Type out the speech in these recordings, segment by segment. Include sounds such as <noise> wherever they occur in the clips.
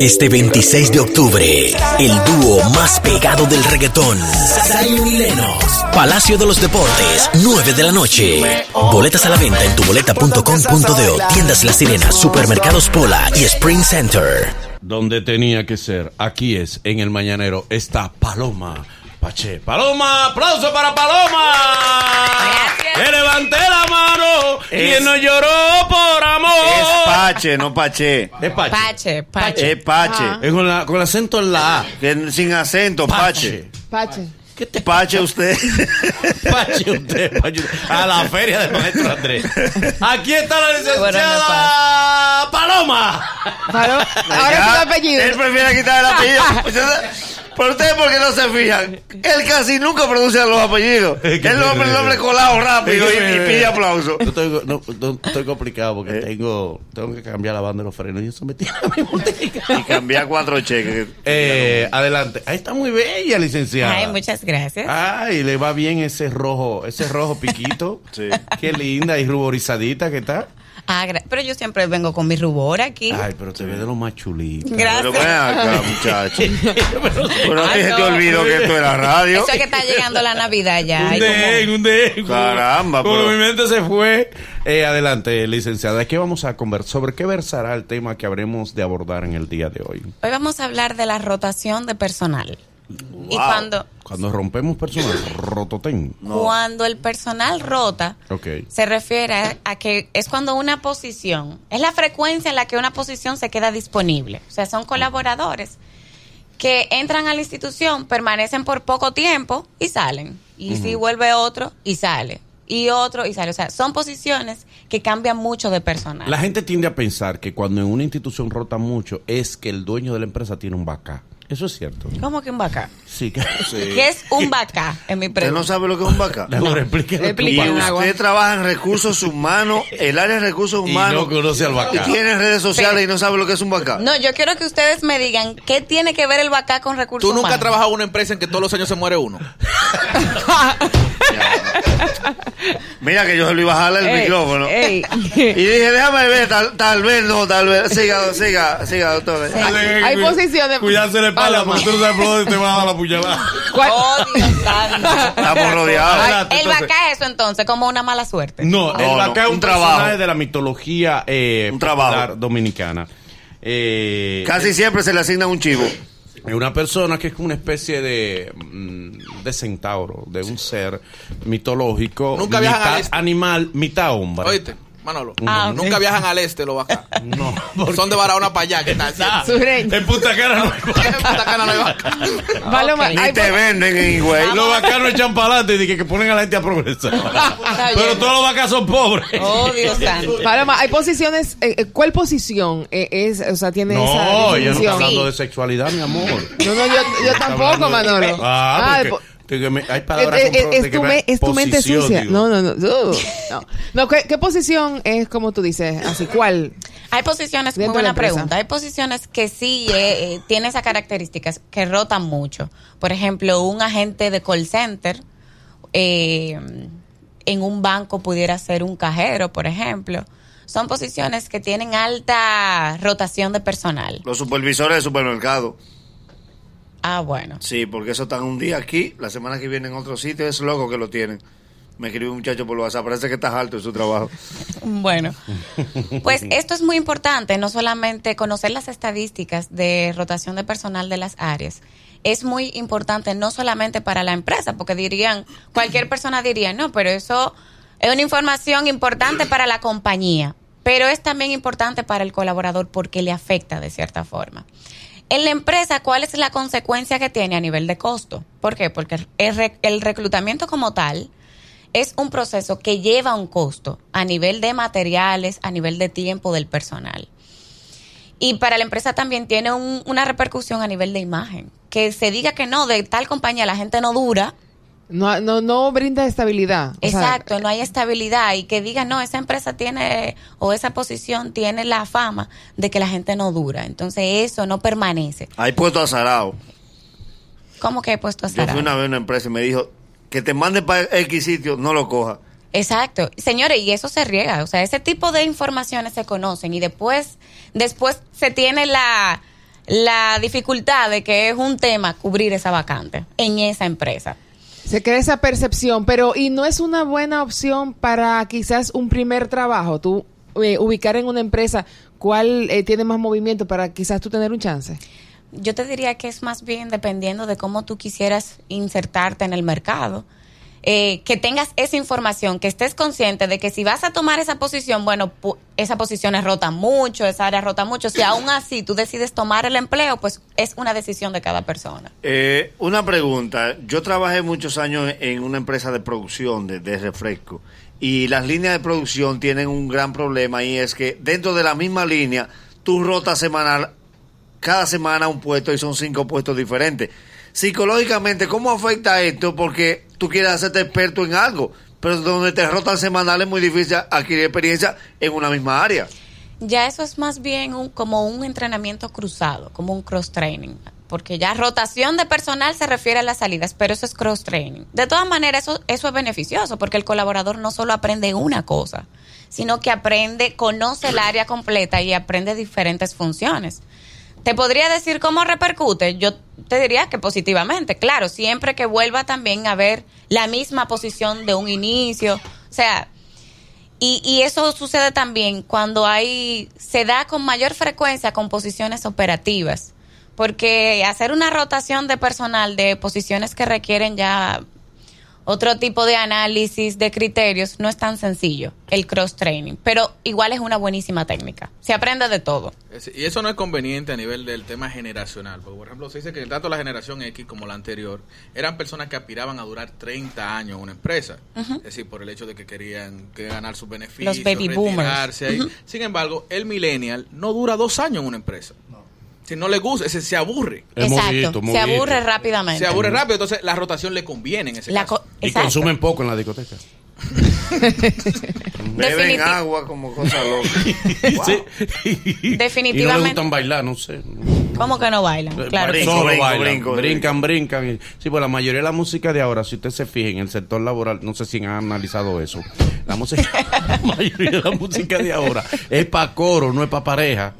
Este 26 de octubre, el dúo más pegado del reggaetón, Zion y Lennox, Palacio de los Deportes, 9 de la noche. Boletas a la venta en tuboleta.com.de, tiendas La Sirena, supermercados Pola y Spring Center. Donde tenía que ser, aquí es, en el mañanero, está Paloma Pache. Paloma, aplauso para Paloma. Gracias. Le levanté la mano Es- y no lloró por <laughs> Es amor. Pache, no Pache. Es Pache. Ah. Pache, Pache. Es Pache. Es con, la- con el acento en la A. Que- Sin acento, Pache. Pache. ¿Qué te Pache usted. <laughs> Pache usted, Pache usted. A la feria del maestro Andrés. Aquí está la licenciada Paloma. Claro. Ahora es Ya, el apellido. Él prefiere quitar el apellido. Pues, Pero ustedes, ¿por qué no se fijan? Él casi nunca pronuncia los apellidos. Es que- Él lo hombre, el hombre colado rápido y, y pide aplauso. No estoy, no, no, estoy complicado porque tengo, tengo que cambiar la banda de los frenos y eso me tiene a mi Y cambiar cuatro cheques. Eh, adelante. Ahí está muy bella, licenciada. Ay, muchas gracias. Ay, le va bien ese rojo, ese rojo piquito. <laughs> Sí. Qué linda y ruborizadita que está. Ah, gra- pero yo siempre vengo con mi rubor aquí. Ay, pero te ve de lo más chulito. Pero ven Gracias. <laughs> acá, muchacho. Pero a ti Ay, se te no. olvidó que esto era radio. Eso es que está llegando la Navidad ya. Un Ay, den, como- un den. Caramba, Como pero- mi mente se fue. Eh, adelante, licenciada. ¿Qué vamos a conversar? ¿Sobre qué versará el tema que habremos de abordar en el día de hoy? Hoy vamos a hablar de la rotación de personal. Y cuando, Cuando rompemos personas, rototen. cuando el personal rota, Ok. se refiere a- a que es cuando una posición, es la frecuencia en la que una posición se queda disponible. O sea, son colaboradores que entran a la institución, permanecen por poco tiempo y salen. Y si vuelve otro y sale. Y otro y sale. O sea, son posiciones que cambian mucho de personal. La gente tiende a pensar que cuando en una institución rota mucho es que el dueño de la empresa tiene un vaca. Eso es cierto. ¿Cómo que un vaca? Sí, que <laughs> ¿Qué es un vaca? En mi Usted no pregunta. sabe lo que es un vaca. Ahora explique lo que Y Explique. un vaca- usted trabaja en recursos humanos, el área de recursos Y humanos. no conoce al Y vaca. tiene redes sociales y no sabe lo que es un vaca. No, yo quiero que ustedes me digan qué tiene que ver el vaca con recursos Tú nunca has humanos. trabajado en una empresa en que todos los años se muere uno. Mira que yo se lo iba a jalar el Ey, micrófono. ey. <laughs> Y dije, déjame ver, tal, tal vez no, tal vez. Siga, siga, siga, doctor. Hay posiciones. Cuidarse la espalda, Paloma. porque tú no sabes por dónde te vas a dar la puñalada. ¿Cuál- Oh, Dios santo. Estamos rodeados. Ay, Adelante, el entonces. vaca es eso entonces, como una mala <laughs> suerte. No, No, el no, vaca es un, un trabajo. trabajo. de la mitología eh, Un trabajo. popular dominicana. Eh, Casi siempre se le asigna un chivo. Es una persona que es como una especie de, mm, de centauro, de un ser mitológico, Nunca viajan mitad al este. animal, mitad hombre. Oíste, Manolo. Ah, ok. Nunca viajan al este los vacas. No, Son de Barahona para allá. ¿Qué tal? <laughs> Sureño. <laughs> En Punta Cana no hay <laughs> vaca. En Punta Cana no hay vaca. Paloma, Y hay Este, te po- venden en Higüey. Los bacanos echan para adelante y que, que ponen a la gente a progresar. Pero bien. todos los vacas son pobres. Oh, <laughs> Dios santo. Paloma, hay posiciones. eh, eh, ¿Cuál posición eh, es? O sea, tiene esa. No, ella no está definición? hablando de sexualidad, mi amor. No, no, yo, yo Está tampoco, hablando de- Manolo. Ah, de porque- po- porque me- hay Eh, palabras eh, con pro- eh, de Es que tu, me- me- es tu mente posición, sucia. digo. No, no, no. uh, no. No, ¿qué, qué posición es como tú dices? Así, ¿cuál? Hay posiciones, muy Dentro de buena la empresa. pregunta. Hay posiciones que sí eh, eh, tienen esas características, que rotan mucho. Por ejemplo, un agente de call center eh, en un banco pudiera ser un cajero, por ejemplo. Son posiciones que tienen alta rotación de personal. Los supervisores de supermercado. Ah, bueno. Sí, porque eso están un día aquí, la semana que viene en otro sitio, es loco que lo tienen. Me escribió un muchacho por WhatsApp, parece que estás alto en su trabajo. <laughs> Bueno, pues esto es muy importante, no solamente conocer las estadísticas de rotación de personal de las áreas. Es muy importante no solamente para la empresa, porque dirían, cualquier persona diría, no, pero eso es una información importante para la compañía, pero es también importante para el colaborador porque le afecta de cierta forma. En la empresa, ¿cuál es la consecuencia que tiene a nivel de costo? ¿Por qué? Porque el rec- el reclutamiento como tal es un proceso que lleva un costo a nivel de materiales, a nivel de tiempo del personal. Y para la empresa también tiene un- una repercusión a nivel de imagen. Que se diga que no, de tal compañía la gente no dura. No, no, no brinda estabilidad. O sea, Exacto, no hay estabilidad. Y que diga, no, esa empresa tiene o esa posición tiene la fama de que la gente no dura. Entonces eso no permanece. Hay puesto azarado. ¿Cómo que he puesto a Yo fui Sarah? una vez a una empresa y me dijo, que te mande para X sitio, no lo coja. Exacto. Señores, y eso se riega. O sea, ese tipo de informaciones se conocen y después, después se tiene la, la dificultad de que es un tema cubrir esa vacante en esa empresa. Se crea esa percepción, pero y no es una buena opción para quizás un primer trabajo, tú eh, ubicar en una empresa cuál eh, tiene más movimiento para quizás tú tener un chance. Yo te diría que es más bien dependiendo de cómo tú quisieras insertarte en el mercado. Eh, que tengas esa información, que estés consciente de que si vas a tomar esa posición, bueno, pu- esa posición es rota mucho, esa área rota mucho. Si aún así tú decides tomar el empleo, pues es una decisión de cada persona. Eh, una pregunta. Yo trabajé muchos años en una empresa de producción de, de refresco y las líneas de producción tienen un gran problema y es que dentro de la misma línea tú rotas semanal cada semana un puesto y son cinco puestos diferentes. Psicológicamente, ¿cómo afecta esto? Porque tú quieres hacerte experto en algo, pero donde te rotan semanal es muy difícil adquirir experiencia en una misma área. Ya eso es más bien un- como un entrenamiento cruzado, como un cross-training. Porque ya rotación de personal se refiere a las salidas, pero eso es cross-training. De todas maneras, eso, eso es beneficioso porque el colaborador no solo aprende una cosa, sino que aprende, conoce el área completa y aprende diferentes funciones. Te podría decir cómo repercute. Yo te diría que positivamente, claro, siempre que vuelva también a ver la misma posición de un inicio. O sea, y, y eso sucede también cuando hay, se da con mayor frecuencia con posiciones operativas, porque hacer una rotación de personal de posiciones que requieren ya otro tipo de análisis de criterios no es tan sencillo el cross training, pero igual es una buenísima técnica. Se aprende de todo. Es- Y eso no es conveniente a nivel del tema generacional. Porque, por ejemplo, se dice que el dato de la generación X, como la anterior, eran personas que aspiraban a durar 30 años en una empresa. Es decir, por el hecho de que querían que ganar sus beneficios, Los baby boomers. retirarse ahí. Sin embargo, el millennial no dura dos años en una empresa. Si no le gusta, se, se aburre. Es Exacto. movidito, se movidito. aburre rápidamente. Se aburre rápido, entonces la rotación le conviene en ese Ah, La caso. co- Y exacto. consumen poco en la discoteca. Beben Definiti- agua como cosa loca. Sí. Y no les Definitivamente. gustan bailar, no sé. ¿Cómo que no Eh, bailan? Claro que Brinco, Solo brinco, bailan, brinco, brincan, brincan. y- Sí, pues la mayoría de la música de ahora, si usted se fija en el sector laboral, no sé si han analizado eso. La, música, <laughs> la mayoría de la música de ahora es para coro, no es para pareja.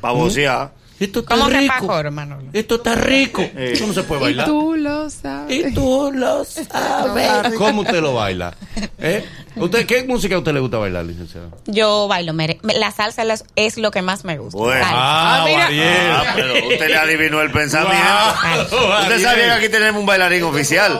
Pa' vocear. Esto está Eh. ¿Cómo que rico. pa' coro, Manolo? Esto está rico. Eh. ¿Cómo se puede Y bailar? tú lo sabes. Y tú lo sabes. ¿Cómo usted lo baila? ¿Eh? ¿Usted, ¿Qué música a usted le gusta bailar, licenciada? Yo bailo mere- La salsa es- es lo que más me gusta. Bueno. Salsa. Ah, mira. Ah, pero usted le adivinó el pensamiento. Wow, Usted sabía que aquí tenemos un bailarín oficial.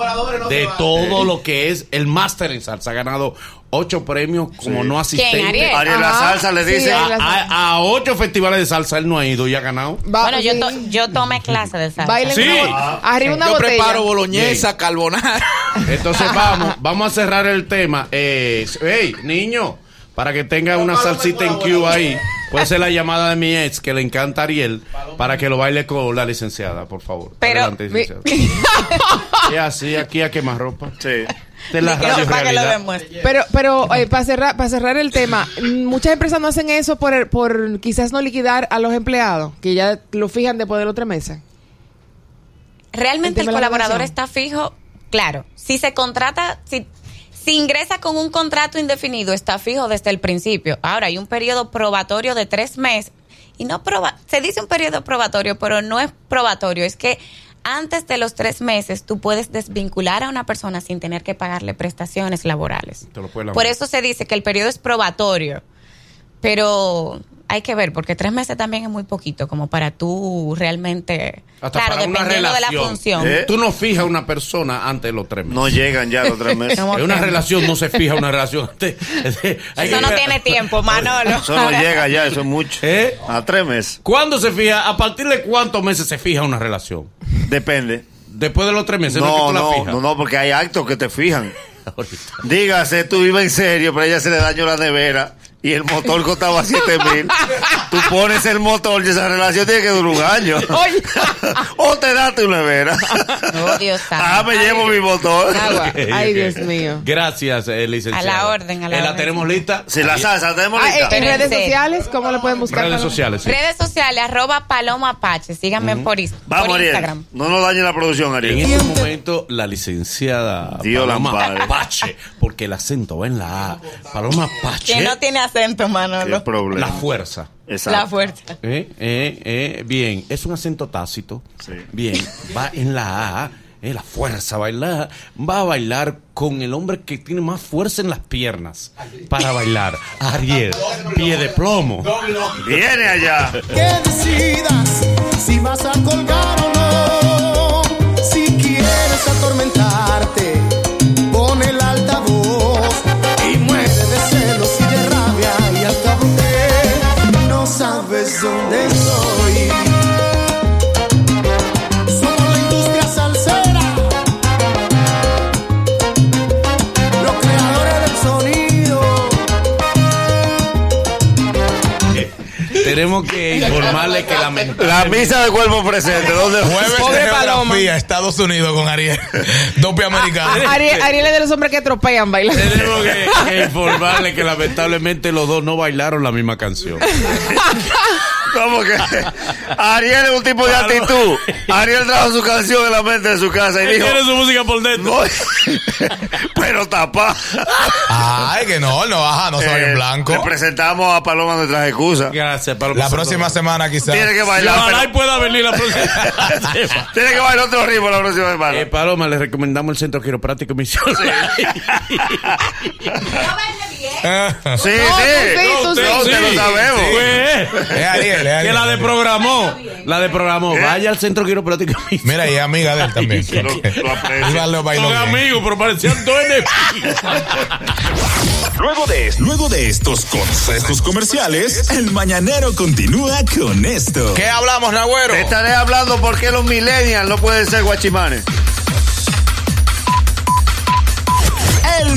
de todo lo que es el máster en salsa. Ha ganado ocho premios como no asistente. ¿Quién, Ariel? Ariel La Ajá. Salsa le Sí, dice. Ariel La Salsa. A, a ocho festivales de salsa él no ha ido y ha ganado. Va- Bueno, yo, sí. to- Ah, yo tomé clase de salsa. Bailen Sí. una bot- arriba una Yo botella. preparo boloñesa, carbonara. Entonces <laughs> vamos, vamos a cerrar el tema. Eh, hey, niño, para que tenga una salsita en Q ahí. Puede ser la llamada de mi ex que le encanta a Ariel para que lo baile con la licenciada, por favor. Pero- Adelante, licenciada. <laughs> Y así, aquí a quemarropa. "Ah, Sí. Esta es la Micrófono radio para que lo pues. realidad. demuestre. Pero, pero eh, para cerrar, para cerrar el tema, mm, muchas empresas no hacen eso por, por quizás no liquidar a los empleados, que ya lo fijan después de los tres meses. Realmente El el, tema de la colaborador relación. está fijo, claro. Si se contrata, si, si ingresa con un contrato indefinido, está fijo desde el principio. Ahora hay un periodo probatorio de tres meses. Y no proba, se dice un periodo probatorio, pero no es probatorio. Es que antes de los tres meses tú puedes desvincular a una persona sin tener que pagarle prestaciones laborales. Te lo puede lamer. Por eso se dice que el periodo es probatorio. Pero hay que ver, porque tres meses también es muy poquito, como para tú realmente. Hasta claro, para una dependiendo de la relación. función. ¿Eh? Tú no fijas a una persona antes de los tres meses. No llegan ya los tres meses. Como En una que- relación no se <laughs> fija una relación <laughs> antes. Hay que Eso no ver. tiene tiempo, Manolo. Eso no llega ya, eso es mucho. ¿Eh? A tres meses. ¿Cuándo se fija? ¿A partir de cuántos meses se fija una relación? Depende. Después de los tres meses. es que No, tú la no, fijas. no, no, porque hay actos que te <laughs> fijan. Ahorita. Dígase, tú ibas en serio, pero a ella se le dañó la nevera y el motor <laughs> costaba 7 mil. Tú pones el motor y esa relación tiene que durar un <laughs> año. Oye. o te das tu nevera. <laughs> No, Dios santo. Ah, me llevo mi motor. Agua. Ok, Ay, ok. Dios mío. Eh, Gracias, eh, licenciada. A la orden, a la Eh, orden. tenemos lista. Si la salsa, ¿la tenemos Ah, eh, lista? en Pero en redes serio. sociales, ¿cómo lo pueden buscar? Redes Manolo? sociales. sí. Redes sociales, arroba Paloma Apache. Síganme por, is- Vamos, por Ariel. Instagram. No nos dañe la producción, En Ariel. este momento, la licenciada Dios la Paloma ampare. Pache, porque el acento va en la A. Paloma Pache. Que no tiene acento, Manolo. Qué problema. La fuerza. Exacto. La fuerza. Eh, eh, eh, bien, es un acento tácito. Sí. Bien, va en la A, eh, la fuerza, bailar. Va a bailar con el hombre que tiene más fuerza en las piernas para bailar. Ariel, pie de plomo. Viene allá. que decidas si vas a colgar o no. Si quieres atormentarte, pon el altavoz y muere de celos y de rabia. Y al cabo que no sabes dónde estoy. Somos la industria salsera, los creadores del sonido. Tenemos <laughs> que informarle que La lamentablemente. misa de cuerpo presente. ¿Dónde Jueves Pobre de Paloma. geografía, Estados Unidos con Ariel. <laughs> Dope americano. A- Ah, Ariel, Ariel es de los hombres que atropellan bailando. Tenemos que, que informarle que lamentablemente los dos no bailaron la misma canción. <laughs> ¿Cómo que? Ariel es un tipo de actitud. Ariel trajo su canción en la mente de su casa y dijo. Tiene su música por dentro. "Voy", <laughs> Pero tapa. Ay, que no, no, ajá, no Ah, soy Eh, en blanco. Le presentamos a Paloma nuestras excusas. Gracias, Paloma. La próxima semana quizás. <laughs> Tiene que Y bailar. Ojalá y pero- pueda venir la próxima semana. <laughs> Tiene que bailar otro ritmo la próxima Eh, semana. Paloma, le recomendamos el Centro Quiropráctico Misión. <laughs> Sí, sí. tú sí, tú sí. No, te lo sabemos. Es Ariel, es que Ariel. la desprogramó. La desprogramó. ¿Eh? Vaya al Centro Quiropráctico Misión. Mira, y es amiga de él también. Lo- lo aprecio. Iba a los Son bailones. amigos, pero parecían dos enemigos. Luego de, luego de estos consejos comerciales, el mañanero continúa con esto. ¿Qué hablamos, Nagüero? Te estaré hablando por qué los millennials no pueden ser guachimanes. El